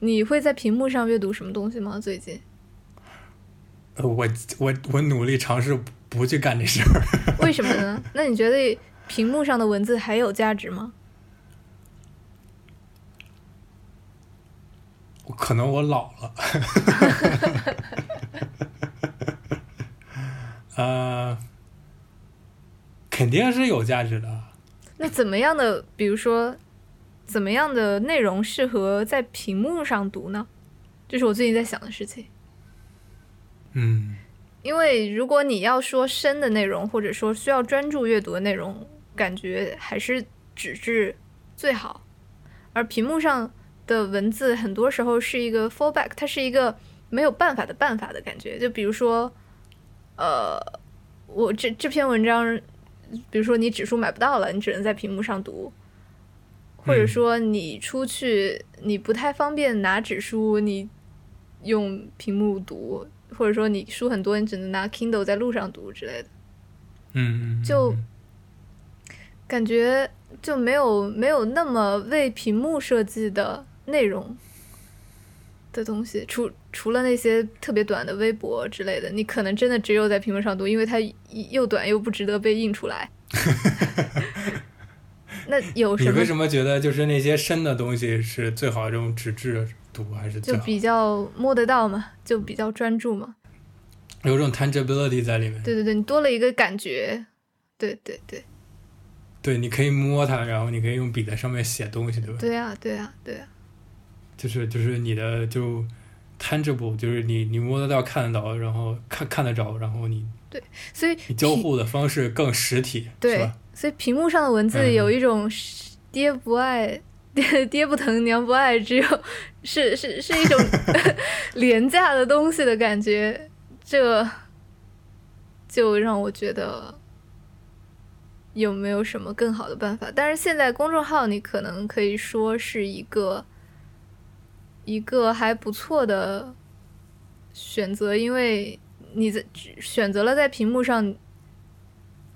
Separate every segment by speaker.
Speaker 1: 你会在屏幕上阅读什么东西吗？最近？
Speaker 2: 呃我我我努力尝试不去干这事儿。
Speaker 1: 为什么呢？那你觉得屏幕上的文字还有价值吗？
Speaker 2: 可能我老了。 呃，肯定是有价值的。
Speaker 1: 那怎么样的，比如说，怎么样的内容适合在屏幕上读呢？这是我最近在想的事情。
Speaker 2: 嗯，
Speaker 1: 因为如果你要说深的内容，或者说需要专注阅读的内容，感觉还是纸质最好。而屏幕上的文字，很多时候是一个 fallback，它是一个没有办法的办法的感觉。就比如说，呃，我这这篇文章，比如说你指数买不到了，你只能在屏幕上读，或者
Speaker 2: 嗯
Speaker 1: 说你出去你不太方便拿纸书，你用屏幕读，或者说你书很多，你只能拿 Kindle 在路上读之类的，
Speaker 2: 嗯，嗯
Speaker 1: 就
Speaker 2: 嗯
Speaker 1: 感觉就没有没有那么为屏幕设计的内容的东西，除除了那些特别短的微博之类的，你可能真的只有在屏幕上读，因为它又短又不值得被印出来。 那有
Speaker 2: 你
Speaker 1: 什么
Speaker 2: 为什么觉得就是那些深的东西是最好用纸质读啊还是
Speaker 1: 就
Speaker 2: 最好？
Speaker 1: 比较摸得到嘛，就比较专注嘛。
Speaker 2: 有种 tangibility 在里面。
Speaker 1: 对对对，你多了一个感觉，对对对，
Speaker 2: 对，你可以摸它，然后你可以用笔在上面写东西，对吧？
Speaker 1: 对呀、对呀、对啊呀、
Speaker 2: 就是就是你的就 tangible，就是你你摸得到、看得到，然后看看得着，然后你
Speaker 1: 所以
Speaker 2: 你交
Speaker 1: 屏
Speaker 2: 互的方式更实体，是
Speaker 1: 对
Speaker 2: 吧？，
Speaker 1: 所以屏幕上的文字
Speaker 2: 嗯
Speaker 1: 有一种是爹不爱。爹爹不疼娘不爱，只有是是是一 种廉价的东西的感觉，这就让我觉得有没有什么更好的办法？但是现在公众号你可能可以说是一个一个还不错的选择，因为你在只选择了在屏幕上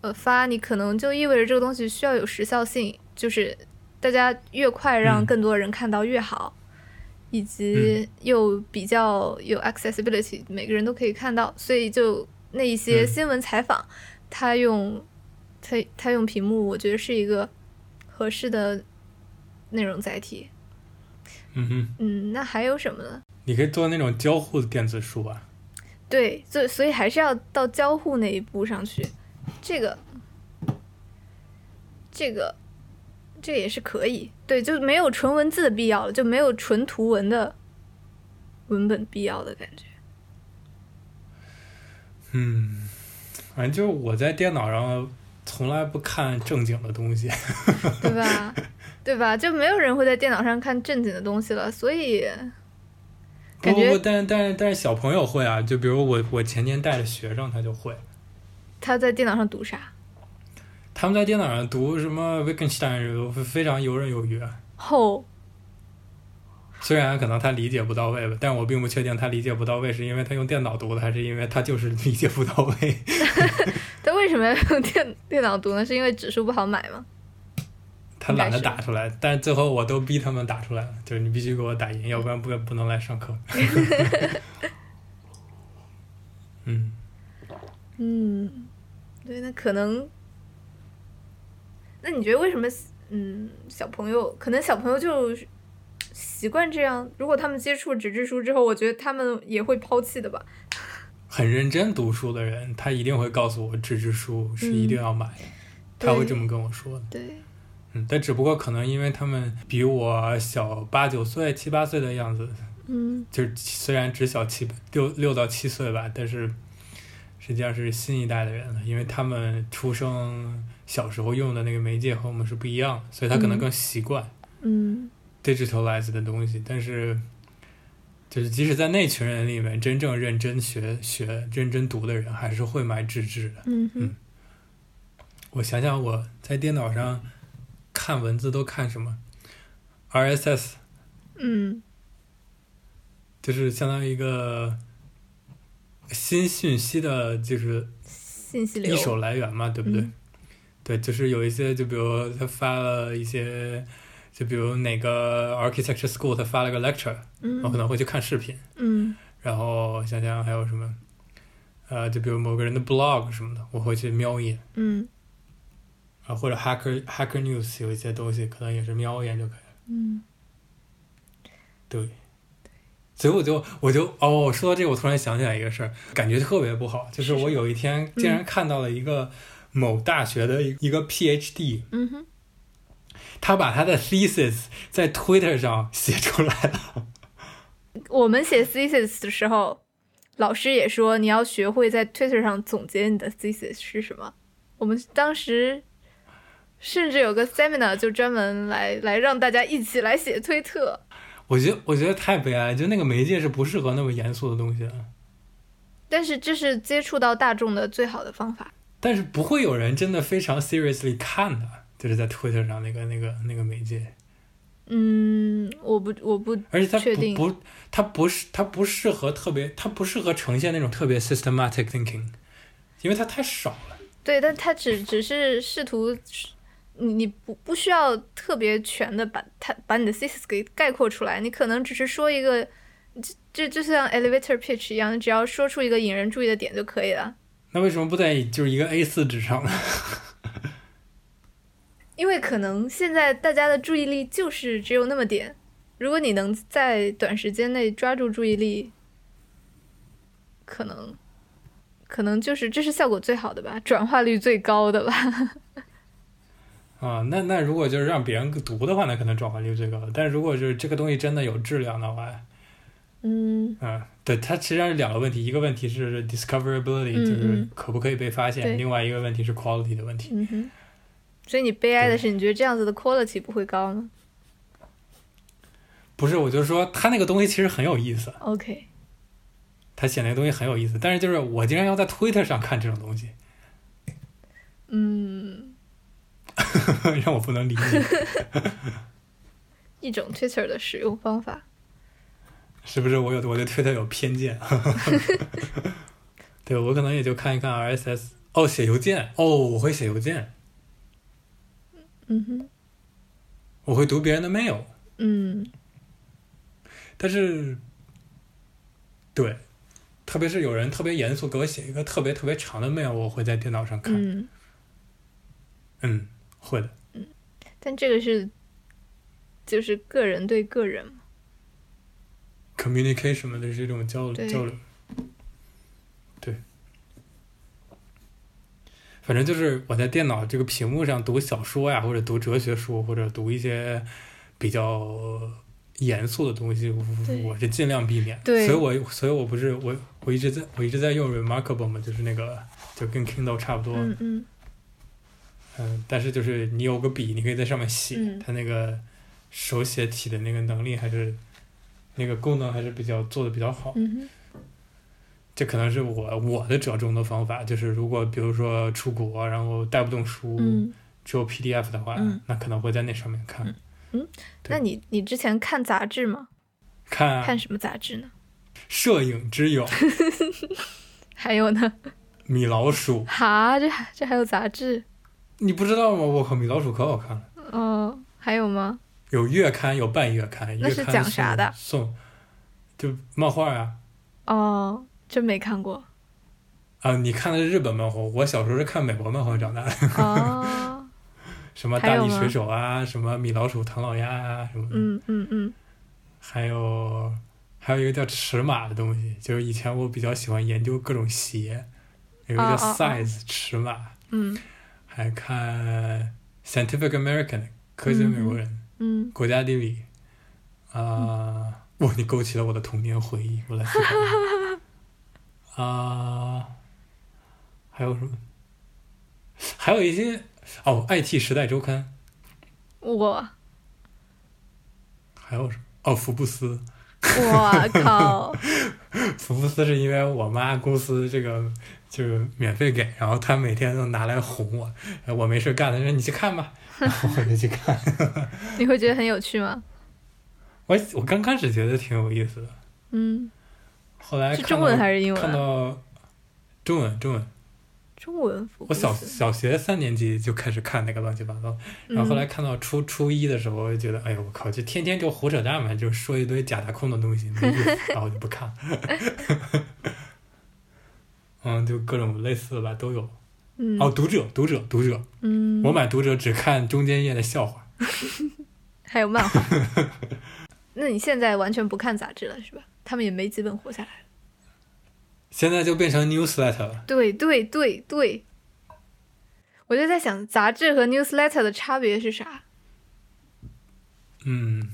Speaker 1: 呃发，你可能就意味着这个东西需要有时效性，就是大家越快让
Speaker 2: 嗯
Speaker 1: 更多人看到越好，以及又比较有 accessibility，每个人都可以看到，所以就那一些
Speaker 2: 嗯
Speaker 1: 新闻采访，他用他他用屏幕，我觉得是一个合适的内容载体。
Speaker 2: 嗯哼，
Speaker 1: 嗯，那还有什么呢？
Speaker 2: 你可以做那种交互的电子书啊。
Speaker 1: 对，所以所以还是要到交互那一步上去，这个，这个，这个也是可以。对，就没有纯文字的必要了，就没有纯图文的文本必要的感觉。
Speaker 2: 嗯，反正就是我在电脑上从来不看正经的东西。
Speaker 1: 对吧？ 对吧？就没有人会在电脑上看正经的东西了，所以
Speaker 2: 不
Speaker 1: 感
Speaker 2: 不
Speaker 1: 觉
Speaker 2: 不，但但是但是小朋友会啊，就比如我我前年带的学生他就会，
Speaker 1: 他在电脑上读啥？
Speaker 2: 他们在电脑上读什么 Wittgenstein 非常游刃有余，啊
Speaker 1: 后
Speaker 2: 虽然可能他理解不到位吧，但我并不确定他理解不到位是因为他用电脑读的，还是因为他就是理解不到位。
Speaker 1: 他为什么要用电电脑读呢？是因为指数不好买吗？
Speaker 2: 他懒得打出来，但是最后我都逼他们打出来了，就是你必须给我打赢，要不然不不能来上课。 嗯，
Speaker 1: 嗯，对，那可能，那你觉得为什么？嗯，小朋友可能小朋友就习惯这样。如果他们接触纸质书之后，我觉得他们也会抛弃的吧。
Speaker 2: 很认真读书的人，他一定会告诉我纸质书是一定要买的，他会这么跟我说的。
Speaker 1: 对，
Speaker 2: 嗯，但只不过可能因为他们比我小八九岁、七八岁的样子，
Speaker 1: 嗯，
Speaker 2: 就是虽然只小七六六到七岁吧，但是实际上是新一代的人了，因为他们出生小时候用的那个媒介和我们是不一样的，所以他可能
Speaker 1: 嗯
Speaker 2: 更习惯
Speaker 1: 嗯，
Speaker 2: digitalize 的东西。但是，就是即使在那群人里面，真正认真学学、认真读的人，还是会买纸质的。
Speaker 1: 嗯哼
Speaker 2: 嗯，我想想，我在电脑上看文字都看什么？RSS
Speaker 1: 嗯，
Speaker 2: 就是相当于一个新信息的，就是
Speaker 1: 信息流，
Speaker 2: 一手来源嘛，对不对？
Speaker 1: 嗯
Speaker 2: 对，就是有一些，就比如他发了一些就比如哪个 architecture school 他发了个 lecture，我可
Speaker 1: 嗯
Speaker 2: 能会去看视频，
Speaker 1: 嗯
Speaker 2: 然后想想还有什么，呃，就比如某个人的 blog 什么的，我会去瞄一眼。
Speaker 1: 嗯
Speaker 2: 啊，或者 Hacker Hacker News 有一些东西可能也是瞄一眼就可以了。
Speaker 1: 嗯
Speaker 2: 所以我就我就哦，说到这个，我突然想起来一个事儿，感觉特别不好，就是
Speaker 1: 是什
Speaker 2: 我
Speaker 1: 么嗯
Speaker 2: 有一天竟然看到了一个某大学的一一个 PhD，
Speaker 1: 嗯哼，
Speaker 2: 他把他的 thesis 在 Twitter 上写出来了。
Speaker 1: 我们写 thesis 的时候，老师也说你要学会在 Twitter 上总结你的 thesis 是什么。我们当时甚至有个 seminar 就专门来来让大家一起来写推特。
Speaker 2: 我觉得我觉得太悲哀了，就那个媒介是不适合那么严肃的东西的。
Speaker 1: 但是这是接触到大众的最好的方法。
Speaker 2: 但是不会有人真的非常 seriously 看的，就是在 Twitter 上那个那个那个媒介。
Speaker 1: 嗯，我不，我不，
Speaker 2: 而且它
Speaker 1: 确定
Speaker 2: 不不，它不是它不适合特别，它不适合呈现那种特别 systematic thinking，因为它太少了。
Speaker 1: 对，但他只只是试图，你你不不需要特别全的把它把你的 thesis 给概括出来，你可能只是说一个，这这就像 elevator pitch 一样，你只要说出一个引人注意的点就可以了。
Speaker 2: 那为什么不在就是一个 A 4纸上呢？
Speaker 1: 因为可能现在大家的注意力就是只有那么点，如果你能在短时间内抓住注意力，可能，可能就是这是效果最好的吧，转化率最高的吧。
Speaker 2: 啊，那那如果就是让别人读的话，那可能转化率最高。但如果就是这个东西真的有质量的话，
Speaker 1: 嗯
Speaker 2: 嗯，对，它实际上是两个问题，一个问题是 discoverability，
Speaker 1: 嗯
Speaker 2: 就是
Speaker 1: 嗯
Speaker 2: 可不可以被发现，
Speaker 1: 对
Speaker 2: 另外一个问题是 quality 的问题。
Speaker 1: 嗯哼。所以你悲哀的是，你觉得这样子的 quality 不会高吗
Speaker 2: 不是，我就说它那个东西其实很有意思，
Speaker 1: ？OK，
Speaker 2: 它写那个东西很有意思，但是就是我竟然要在 Twitter 上看这种东西，
Speaker 1: 嗯，
Speaker 2: 让我不能理解。
Speaker 1: 一种 Twitter 的使用方法。
Speaker 2: 是不是我有我对推特有偏见？ 对我可能也就看一看 RSS。哦，写邮件哦，我会写邮件，
Speaker 1: 嗯哼，
Speaker 2: 我会读别人的 mail，
Speaker 1: 嗯
Speaker 2: 但是，对，特别是有人特别严肃给我写一个特别特别长的 mail，我会在电脑上看。嗯
Speaker 1: 嗯，
Speaker 2: 会的。
Speaker 1: 但这个是就是个人对个人嘛。
Speaker 2: communication 嘛，就是这种交流
Speaker 1: 对
Speaker 2: 交流。对，反正就是我在电脑这个屏幕上读小说呀，或者读哲学书，或者读一些比较严肃的东西，我
Speaker 1: 对
Speaker 2: 我是尽量避免。
Speaker 1: 对
Speaker 2: 所以我所以我不是我我一直在我一直在用 Remarkable 嘛，就是那个就跟 Kindle 差不多，
Speaker 1: 嗯嗯
Speaker 2: 嗯，但是就是你有个笔，你可以在上面写，
Speaker 1: 嗯
Speaker 2: 它那个手写体的那个能力还是那个功能还是比较做的比较好。
Speaker 1: 嗯哼，
Speaker 2: 这可能是我我的折中的方法，就是如果比如说出国，然后带不动书，
Speaker 1: 嗯。
Speaker 2: 只有 PDF 的话，
Speaker 1: 嗯
Speaker 2: 那可能会在那上面看、
Speaker 1: 嗯嗯
Speaker 2: 对
Speaker 1: 那
Speaker 2: 啊
Speaker 1: 你你之前看杂志吗？
Speaker 2: 看
Speaker 1: 看
Speaker 2: 《
Speaker 1: 什么杂志呢？
Speaker 2: 摄影之 友》《
Speaker 1: 还有呢？
Speaker 2: 米老鼠》，
Speaker 1: 哈，这还这还有杂志？
Speaker 2: 你不知道吗？我靠，《米老鼠》可好看了，
Speaker 1: 哦，还有吗？
Speaker 2: 有月刊，有半月刊，
Speaker 1: 那
Speaker 2: 月
Speaker 1: 是
Speaker 2: 刊
Speaker 1: 讲
Speaker 2: 送
Speaker 1: 啥的
Speaker 2: 送就漫画啊。
Speaker 1: 哦，真没看过。
Speaker 2: 啊，你看的是日本漫画，我小时候是看美国漫画长大的，
Speaker 1: 哦，
Speaker 2: 什么
Speaker 1: 还
Speaker 2: 大
Speaker 1: 有
Speaker 2: 力
Speaker 1: 吗
Speaker 2: 水手啊，什么米老鼠、唐老鸭啊，什么的，
Speaker 1: 嗯嗯嗯
Speaker 2: 还有还有一个叫尺码的东西，就是以前我比较喜欢研究各种鞋，有一个
Speaker 1: 哦
Speaker 2: 叫
Speaker 1: 哦哦
Speaker 2: size 尺码，
Speaker 1: 嗯
Speaker 2: 还看 Scientific American 科学美国人，
Speaker 1: 嗯，
Speaker 2: 国家地理，啊、哇，你勾起了我的童年回忆，我来思 考一下。啊、还有什么？还有一些哦，《IT 时代周刊》，
Speaker 1: 我
Speaker 2: 还有什么？哦，福布斯，
Speaker 1: 我靠，
Speaker 2: 福布斯是因为我妈公司这个就是免费给，然后她每天都拿来哄我， 呃我没事干，她说你去看 吧，然后我就去看。
Speaker 1: 你会觉得很有趣吗？
Speaker 2: 我我刚开始觉得挺有意思的，
Speaker 1: 嗯，
Speaker 2: 后来
Speaker 1: 是
Speaker 2: 看
Speaker 1: 中文
Speaker 2: 到
Speaker 1: 还是英文
Speaker 2: 看
Speaker 1: 啊？
Speaker 2: 到中文中文，
Speaker 1: 中文福
Speaker 2: 我
Speaker 1: 布
Speaker 2: 小
Speaker 1: 斯，
Speaker 2: 小学三年级就开始看那个乱七八糟，然
Speaker 1: 嗯
Speaker 2: 后后来看到初初一的时候，我就觉得，哎呦我靠，这天天就胡扯淡嘛，就是说一堆假大空的东西，没意思，然后我就不看 了。嗯，就各种类似的吧，都有。
Speaker 1: 嗯
Speaker 2: 哦，读者，读者，读者，
Speaker 1: 嗯，
Speaker 2: 我买读者只看中间页的笑话。
Speaker 1: 还有漫 画。那你现在完全不看杂志了是吧？他们也没几本活下来。
Speaker 2: 现在就变成 newsletter 了。
Speaker 1: 对对对对，我就在想杂志和 newsletter 的差别是啥？
Speaker 2: 嗯，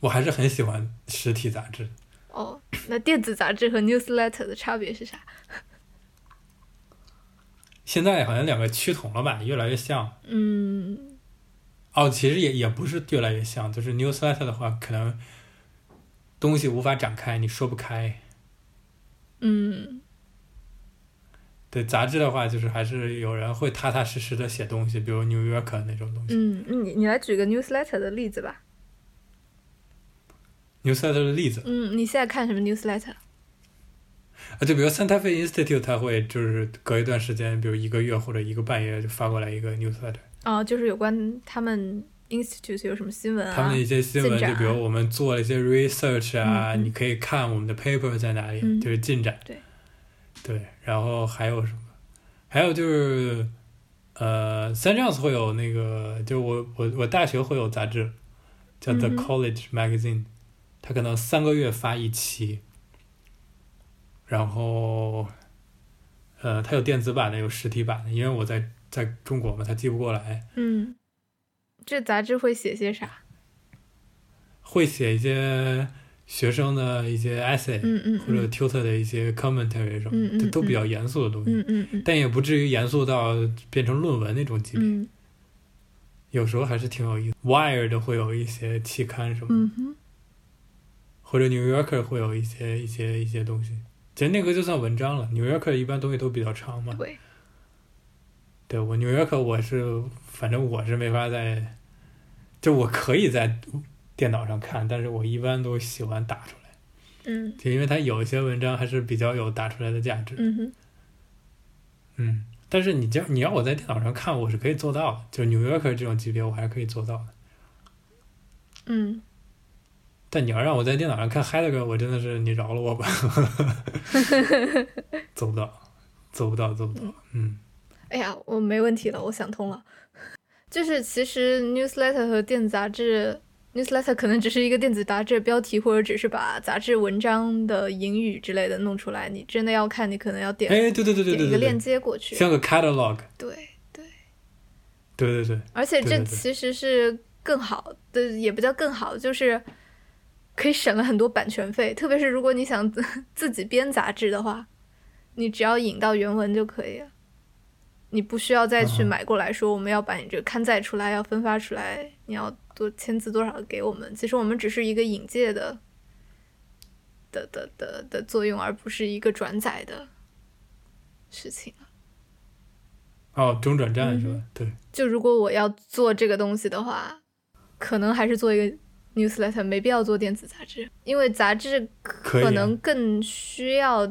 Speaker 2: 我还是很喜欢实体杂志。
Speaker 1: 哦，那电子杂志和 newsletter 的差别是啥？
Speaker 2: 现在好像两个趋同了吧，越来越像。
Speaker 1: 嗯
Speaker 2: 哦，其实也也不是越来越像，就是 newsletter 的话，可能东西无法展开，你说不开。
Speaker 1: 嗯
Speaker 2: 对杂志的话，就是还是有人会踏踏实实的写东西，比如《New Yorker》那种东西。
Speaker 1: 嗯，你你来举个 newsletter 的例子吧。
Speaker 2: newsletter 的例子
Speaker 1: 嗯，你现在看什么 newsletter？
Speaker 2: 啊，就比如 Santa Fe Institute，它会就是隔一段时间，比如一个月或者一个半月就发过来一个 newsletter。
Speaker 1: 哦，就是有关他们 institute 有什么新闻啊？
Speaker 2: 他们的一些新闻，
Speaker 1: 进展
Speaker 2: 就
Speaker 1: 啊
Speaker 2: 比如我们做了一些 research 啊，
Speaker 1: 嗯嗯
Speaker 2: 你可以看我们的 paper 在哪里，
Speaker 1: 嗯
Speaker 2: 就是进展。
Speaker 1: 对，
Speaker 2: 对，然后还有什么？还有就是，呃三 a n 会有那个，就我我我大学会有杂志，叫 The
Speaker 1: 嗯哼
Speaker 2: College Magazine，、它可能三个月发一期，然后，呃，它有电子版的，有实体版的，因为我在在中国嘛，它寄不过来，
Speaker 1: 嗯，这杂志会写些啥？
Speaker 2: 会写一些学生的一些 essay，、
Speaker 1: 嗯嗯
Speaker 2: 或者
Speaker 1: 嗯
Speaker 2: tutor 的一些 commentary 什么，
Speaker 1: 嗯嗯
Speaker 2: 这都
Speaker 1: 嗯
Speaker 2: 比较严肃的东西，
Speaker 1: 嗯嗯嗯
Speaker 2: 但也不至于严肃到变成论文那种级别，
Speaker 1: 嗯
Speaker 2: 有时候还是挺有意思。Wired 会有一些期刊什么，
Speaker 1: 嗯哼
Speaker 2: 或者 New Yorker 会有一些一些一些东西，其实那个就算文章了。New Yorker 一般东西都比较长嘛，
Speaker 1: 对，
Speaker 2: 对我 New Yorker 我是反正我是没法在，就我可以在电脑上看，但是我一般都喜欢打出来。
Speaker 1: 嗯
Speaker 2: 就因为它有一些文章还是比较有打出来的价值，
Speaker 1: 嗯哼，
Speaker 2: 嗯，但是你叫你要我在电脑上看，我是可以做到的，就 New Yorker 这种级别我还是可以做到的。
Speaker 1: 嗯，
Speaker 2: 但你要让我在电脑上看 Heidegger，我真的是你饶了我吧， 做不到，做不到，做不到，嗯，
Speaker 1: 哎呀，我没问题了，我想通了，就是其实 newsletter 和电子杂志。newsletter 可能只是一个电子杂志的标题，或者只是把杂志文章的引语之类的弄出来。你真的要看，你可能要点
Speaker 2: 哎，对对对
Speaker 1: 点
Speaker 2: 对对
Speaker 1: 嗯一个
Speaker 2: 对
Speaker 1: 链
Speaker 2: 对，
Speaker 1: 接过去。
Speaker 2: 像个 catalog，
Speaker 1: 对对，
Speaker 2: 对对对，
Speaker 1: 而且
Speaker 2: 对
Speaker 1: 这
Speaker 2: 对对
Speaker 1: 其实是更好的，也不叫更好，就是可以省了很多版权费。特别是如果你想自自己编杂志的话，你只要引到原文就可以了，你不需要再去
Speaker 2: 嗯哼
Speaker 1: 买过来说我们要把你这个刊载出来，要分发出来，你要多签字多少给我们。其实我们只是一个引介的的的的的作用，而不是一个转载的事情。
Speaker 2: 哦，中转站
Speaker 1: 嗯
Speaker 2: 是吧？对，
Speaker 1: 就如果我要做这个东西的话，可能还是做一个 newsletter，没必要做电子杂志，因为杂志
Speaker 2: 以啊
Speaker 1: 可能更需要，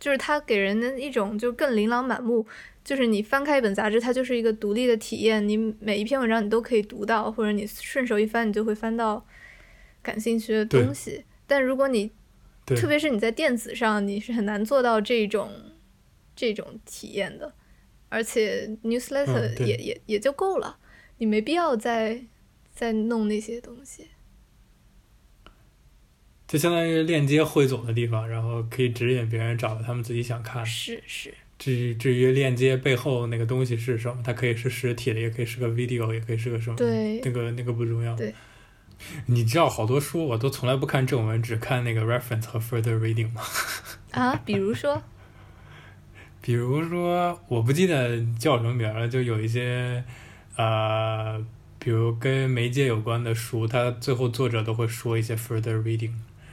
Speaker 1: 就是它给人的一种就更琳琅满目，就是你翻开一本杂志，它就是一个独立的体验，你每一篇文章你都可以读到，或者你顺手一翻，你就会翻到感兴趣的
Speaker 2: 对
Speaker 1: 东西。但如果你
Speaker 2: 对
Speaker 1: 特别是你在电子上，你是很难做到这种这种体验的，而且 newsletter
Speaker 2: 嗯对
Speaker 1: 也、也也就够了，你没必要再再弄那些东西。
Speaker 2: 就相当于链接汇总的地方，然后可以指引别人找到他们自己想看的。
Speaker 1: 是是，
Speaker 2: 至于至于链接背后那个东西是什么，它可以是实体的，也可以是个 video，也可以是个什么，
Speaker 1: 对
Speaker 2: 那个那个不重要。
Speaker 1: 对，
Speaker 2: 你知道好多书我都从来不看正文，只看那个 reference 和 further reading 吗？
Speaker 1: 啊，比如说，
Speaker 2: 比如说，我不记得叫什么名儿了，就有一些呃，比如跟媒介有关的书，它最后作者都会说一些 further reading。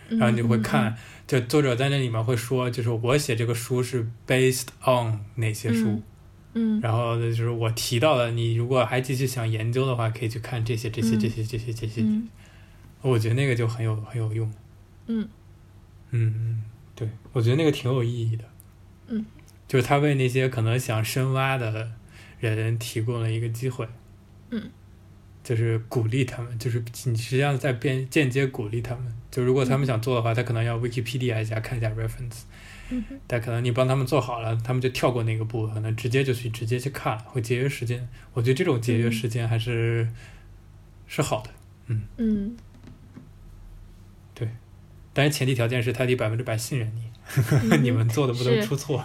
Speaker 1: 嗯、
Speaker 2: 然后你会
Speaker 1: 嗯，
Speaker 2: 看，就作者在那里面会说，就是我写这个书是 based on 哪些书，
Speaker 1: 嗯嗯
Speaker 2: 然后就是我提到了，你如果还继续想研究的话，可以去看这些、这些、
Speaker 1: 嗯
Speaker 2: 这些、这些、这些。
Speaker 1: 嗯
Speaker 2: 我觉得那个就很有很有用。
Speaker 1: 嗯
Speaker 2: 嗯嗯，对，我觉得那个挺有意义的。
Speaker 1: 嗯，
Speaker 2: 就是他为那些可能想深挖的人提供了一个机会，
Speaker 1: 嗯，
Speaker 2: 就是鼓励他们，就是你实际上在变间接鼓励他们。就如果他们想做的话，他可能要 Wikipedia 一下看一下 reference，
Speaker 1: 嗯哼
Speaker 2: 但可能你帮他们做好了，他们就跳过那个步，可能直接就去直接去看了，会节约时间。我觉得这种节约时间还是、是好的，
Speaker 1: 嗯
Speaker 2: 但是前提条件是他得百分之百信任你。
Speaker 1: 嗯
Speaker 2: 你们做的不能
Speaker 1: 是
Speaker 2: 出错。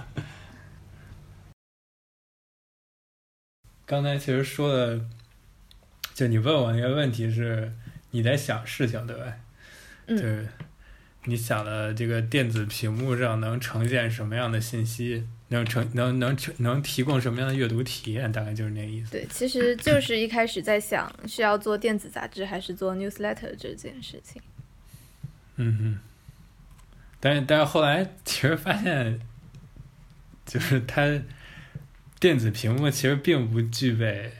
Speaker 2: 刚才其实说的，就你问我那个问题是你在想事情对吧？
Speaker 1: 嗯
Speaker 2: 就是你想的这个电子屏幕上能呈现什么样的信息，能呈能能能提供什么样的阅读体验，大概就是那个意思。
Speaker 1: 对，其实就是一开始在想是要做电子杂志还是做 newsletter 这件事情。
Speaker 2: 嗯嗯，但是但是后来其实发现，就是它电子屏幕其实并不具备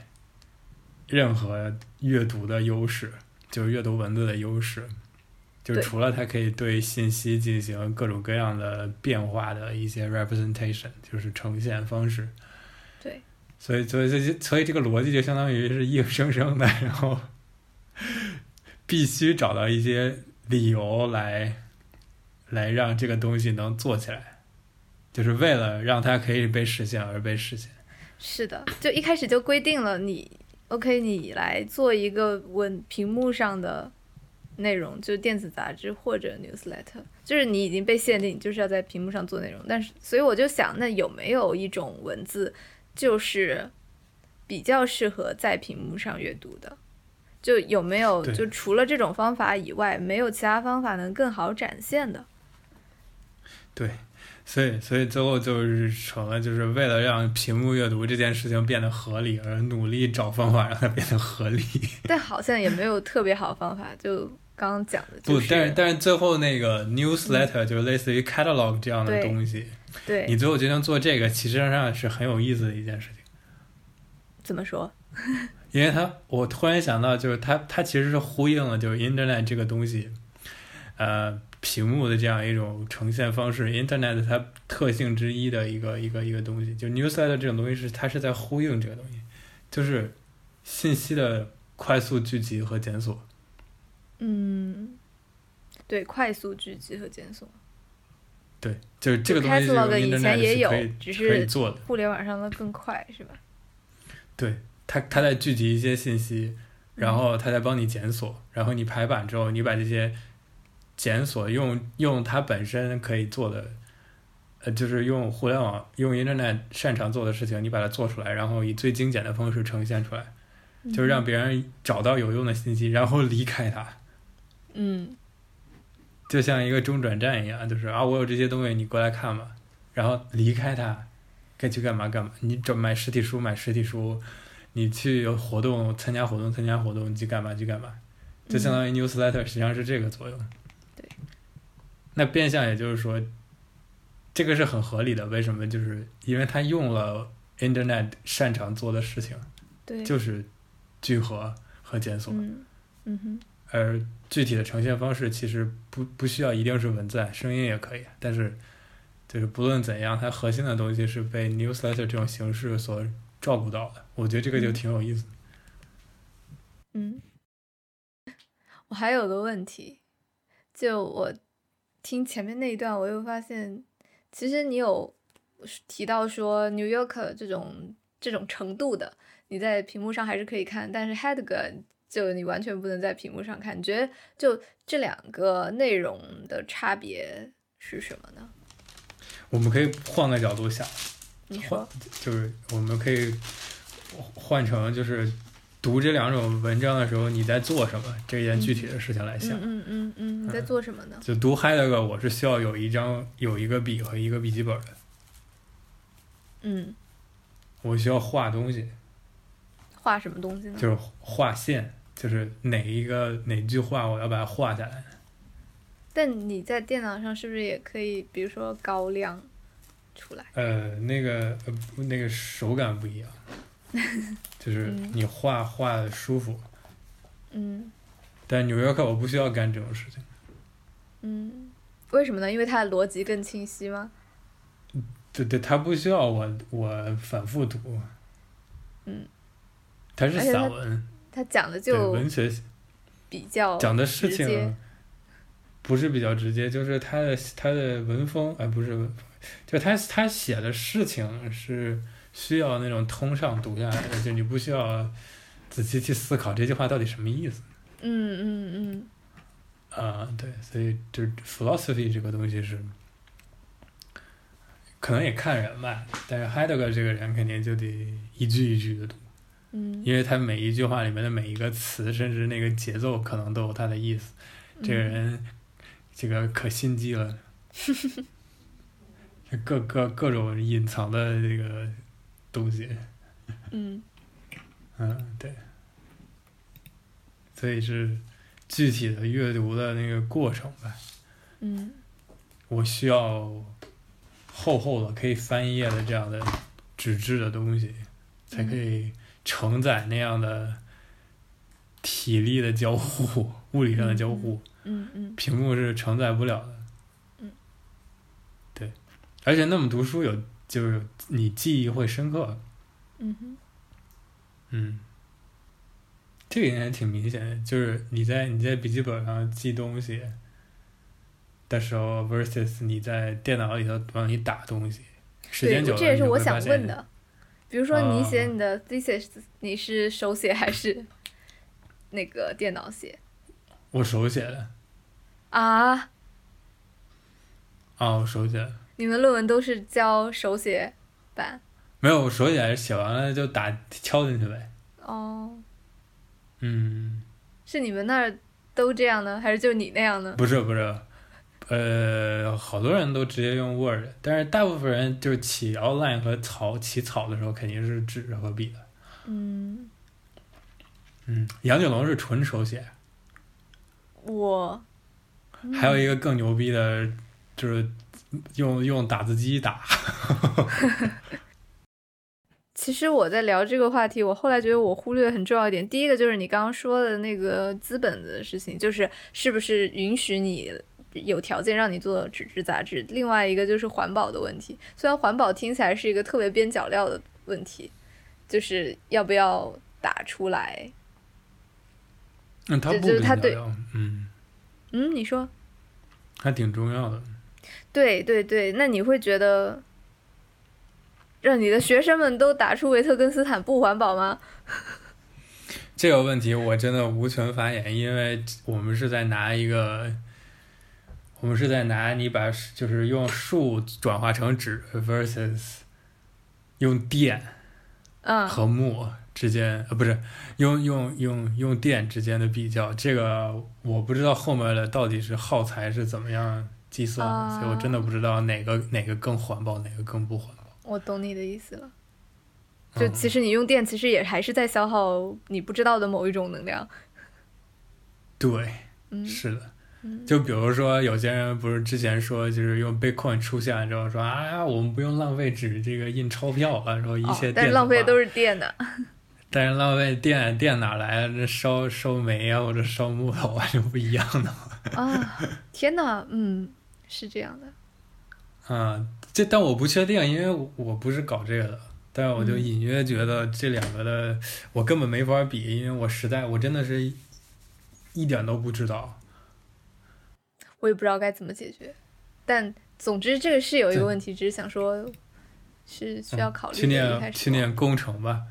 Speaker 2: 任何阅读的优势，就是阅读文字的优势，就
Speaker 1: 对
Speaker 2: 除了它可以对信息进行各种各样的变化的一些 representation，就是呈现方式。
Speaker 1: 对，
Speaker 2: 所以，所以这，所以这个逻辑就相当于是硬生生的，然后必须找到一些理由来，来让这个东西能做起来，就是为了让它可以被实现而被实现。
Speaker 1: 是的，就一开始就规定了你 OK，你来做一个文屏幕上的内容，就是电子杂志或者 newsletter，就是你已经被限定，就是要在屏幕上做内容。但是，所以我就想，那有没有一种文字，就是比较适合在屏幕上阅读的？就有没有
Speaker 2: 对
Speaker 1: 就除了这种方法以外，没有其他方法能更好展现的？
Speaker 2: 对，所以，所以最后就是成了，就是为了让屏幕阅读这件事情变得合理，而努力找方法让它变得合理。
Speaker 1: 但好像也没有特别好方法，就刚刚讲的， 就
Speaker 2: 不，但
Speaker 1: 是
Speaker 2: 是但是最后那个 newsletter 就是类似于 catalog 这样的
Speaker 1: 对
Speaker 2: 东西，
Speaker 1: 对
Speaker 2: 你最后决定做这个，其实上是很有意思的一件事情。
Speaker 1: 怎么说？
Speaker 2: 因为它，我突然想到，就是它，它其实是呼应了就是 Internet 这个东西，呃，屏幕的这样一种呈现方式，Internet 它特性之一的一个一个一个东西，就 Newsletter 这种东西是它是在呼应这个东西，就是信息的快速聚集和检索。
Speaker 1: 嗯，对，快速聚集和检索，
Speaker 2: 对，就是这个
Speaker 1: 就
Speaker 2: 东西是
Speaker 1: catalog 以前
Speaker 2: Internet
Speaker 1: 也
Speaker 2: 是
Speaker 1: 有
Speaker 2: 可以
Speaker 1: 只
Speaker 2: 可
Speaker 1: 是
Speaker 2: 以做的。
Speaker 1: 互联网上的更快是吧？
Speaker 2: 对，它它在聚集一些信息，然后它在帮你检索，然后你排版之后，你把这些检索用用它本身可以做的，呃，就是用互联网用 Internet 擅长做的事情，你把它做出来，然后以最精简的方式呈现出来，就是让别人找到有用的信息，然后离开它。
Speaker 1: 嗯
Speaker 2: 就像一个中转站一样，就是啊，我有这些东西，你过来看吧，然后离开它，该去干嘛干嘛。你找买实体书买实体书，你去活动参加活动参加活动，你去干嘛去干嘛，就相当于 newsletter 实际上是这个作用。
Speaker 1: 对。
Speaker 2: 那变相也就是说，这个是很合理的。为什么？就是因为它用了 internet 擅长做的事情，
Speaker 1: 对，
Speaker 2: 就是聚合和检索。
Speaker 1: 嗯嗯哼，
Speaker 2: 而具体的呈现方式其实不不需要一定是文字，啊声音也可以。但是，就是不论怎样，它核心的东西是被 newsletter 这种形式所照顾到的。我觉得这个就挺有意思。
Speaker 1: 嗯， 我还有个问题，就我听前面那一段，我又发现，其实你有提到说 New York 这种这种程度的，你在屏幕上还是可以看，但是 Headger 就你完全不能在屏幕上看。你觉得就这两个内容的差别是什么呢？
Speaker 2: 我们可以换个角度想，
Speaker 1: 你
Speaker 2: 换
Speaker 1: 说，
Speaker 2: 就是我们可以换成就是读这两种文章的时候你在做什么这件具体的事情来想。
Speaker 1: 嗯嗯嗯嗯，你在
Speaker 2: 嗯
Speaker 1: 做什么呢？
Speaker 2: 就读 Heidegger，我是需要有一张有一个笔和一个笔记本的，
Speaker 1: 嗯，
Speaker 2: 我需要画东西。
Speaker 1: 画什么东西呢？
Speaker 2: 就是画线，就是哪一个哪句话我要把它画下来。
Speaker 1: 但你在电脑上是不是也可以，比如说高亮出来？
Speaker 2: 呃，那个呃不那个手感不 一样，就是
Speaker 1: 嗯
Speaker 2: 你画画的舒服。
Speaker 1: 嗯
Speaker 2: 但纽约客我不需要干这种事情，
Speaker 1: 嗯，为什么呢？因为它的逻辑更清晰吗？
Speaker 2: 对对，它不需要我我反复读。
Speaker 1: 嗯，
Speaker 2: 它是
Speaker 1: 而且它
Speaker 2: 散文，
Speaker 1: 他讲的
Speaker 2: 对
Speaker 1: 就
Speaker 2: 文学
Speaker 1: 比较
Speaker 2: 讲的
Speaker 1: 哦直
Speaker 2: 事
Speaker 1: 接
Speaker 2: 情不是比较直接，就是他的他的文风，哎，不是文风，就他他写的事情是需要那种通上读下来的，就你不需要仔细去思考这句话到底什么意思
Speaker 1: 嗯嗯嗯，
Speaker 2: 啊、对，所以就是 philosophy 这个东西是可能也看人吧，但是 Heidegger 这个人肯定就得一句一句的读，
Speaker 1: 嗯，
Speaker 2: 因为他每一句话里面的每一个词，甚至那个节奏，可能都有他的意思。这个
Speaker 1: 嗯
Speaker 2: 人，这个可心机了，这各各各种隐藏的这个东西，
Speaker 1: 嗯
Speaker 2: 嗯，对，所以是具体的阅读的那个过程吧。
Speaker 1: 嗯
Speaker 2: 我需要厚厚的可以翻页的这样的纸质的东西，才可以承载那样的体力的交互、物理上的交互。
Speaker 1: 嗯嗯
Speaker 2: 屏幕是承载不了的。
Speaker 1: 嗯，
Speaker 2: 对，而且那么读书有就是你记忆会深刻，
Speaker 1: 嗯哼
Speaker 2: 嗯，这个应该挺明显的，就是你在你在笔记本上记东西的时候，versus 你在电脑里头往里打东西，时
Speaker 1: 对，
Speaker 2: 间久
Speaker 1: 我
Speaker 2: 了
Speaker 1: 这也
Speaker 2: 你
Speaker 1: 是
Speaker 2: 就
Speaker 1: 我
Speaker 2: 会
Speaker 1: 想
Speaker 2: 发现
Speaker 1: 问的。比如说，你写
Speaker 2: 啊
Speaker 1: 你的 thesis，、你是手写还是那个电脑写
Speaker 2: 我手写的
Speaker 1: 啊？
Speaker 2: 啊，我手写的。
Speaker 1: 你们论文都是交手写版
Speaker 2: 没有，我手写还是写完了就打敲进去呗。
Speaker 1: 哦？
Speaker 2: 嗯，
Speaker 1: 是你们那儿都这样呢，还是就你那样呢？
Speaker 2: 不是不是，呃，好多人都直接用 Word，但是大部分人就是起 outline 和草起草的时候肯定是纸和笔的。
Speaker 1: 嗯，
Speaker 2: 嗯，杨九龙是纯手写，
Speaker 1: 我嗯
Speaker 2: 还有一个更牛逼的，就是用用打字机打。
Speaker 1: 其实我在聊这个话题，我后来觉得我忽略很重要一点。第一个就是你刚刚说的那个资本的事情，就是是不是允许你有条件让你做纸质杂志。另外一个就是环保的问题，虽然环保听起来是一个特别边角料的问题，就是要不要打出来？
Speaker 2: 嗯，他
Speaker 1: 就
Speaker 2: 不
Speaker 1: 就是
Speaker 2: 跟
Speaker 1: 他
Speaker 2: 你
Speaker 1: 对
Speaker 2: 聊聊，嗯，
Speaker 1: 嗯，你说？
Speaker 2: 还挺重要的。
Speaker 1: 对对对，那你会觉得让你的学生们都打出维特根斯坦不环保吗？
Speaker 2: 这个问题我真的无权发言，因为我们是在拿一个，我们是在拿你把就是用数转化成纸 versus 用电
Speaker 1: 嗯，
Speaker 2: 和木之间，呃，不是用用用用电之间的比较，这个我不知道后面的到底是耗材是怎么样计算的，
Speaker 1: 啊
Speaker 2: 所以我真的不知道哪个哪个更环保，哪个更不环保。
Speaker 1: 我懂你的意思了。就
Speaker 2: 嗯
Speaker 1: 其实你用电，其实也还是在消耗你不知道的某一种能量。
Speaker 2: 对，
Speaker 1: 嗯
Speaker 2: 是的。
Speaker 1: 嗯
Speaker 2: 就比如说，有些人不是之前说，就是用 Bitcoin 出现之后说啊，我们不用浪费纸这个印钞票了，然后一
Speaker 1: 哦
Speaker 2: 切、电
Speaker 1: 但是浪费的
Speaker 2: 是，
Speaker 1: 都是电 的。
Speaker 2: 但是浪费电电哪来？这烧烧煤啊，或者烧木头啊，这不一样的。
Speaker 1: 啊，天哪，嗯，是这样的。
Speaker 2: 啊，这但我不确定，因为我我不是搞这个的，但是我就
Speaker 1: 嗯
Speaker 2: 隐约觉得这两个的我根本没法比，因为我实在我真的是一一点都不知道。
Speaker 1: 我也不知道该怎么解决，但总之这个是有一个
Speaker 2: 对嗯
Speaker 1: 问题，只是想说，是需要考虑
Speaker 2: 去
Speaker 1: 的。一开
Speaker 2: 念
Speaker 1: 始
Speaker 2: 去念工程吧，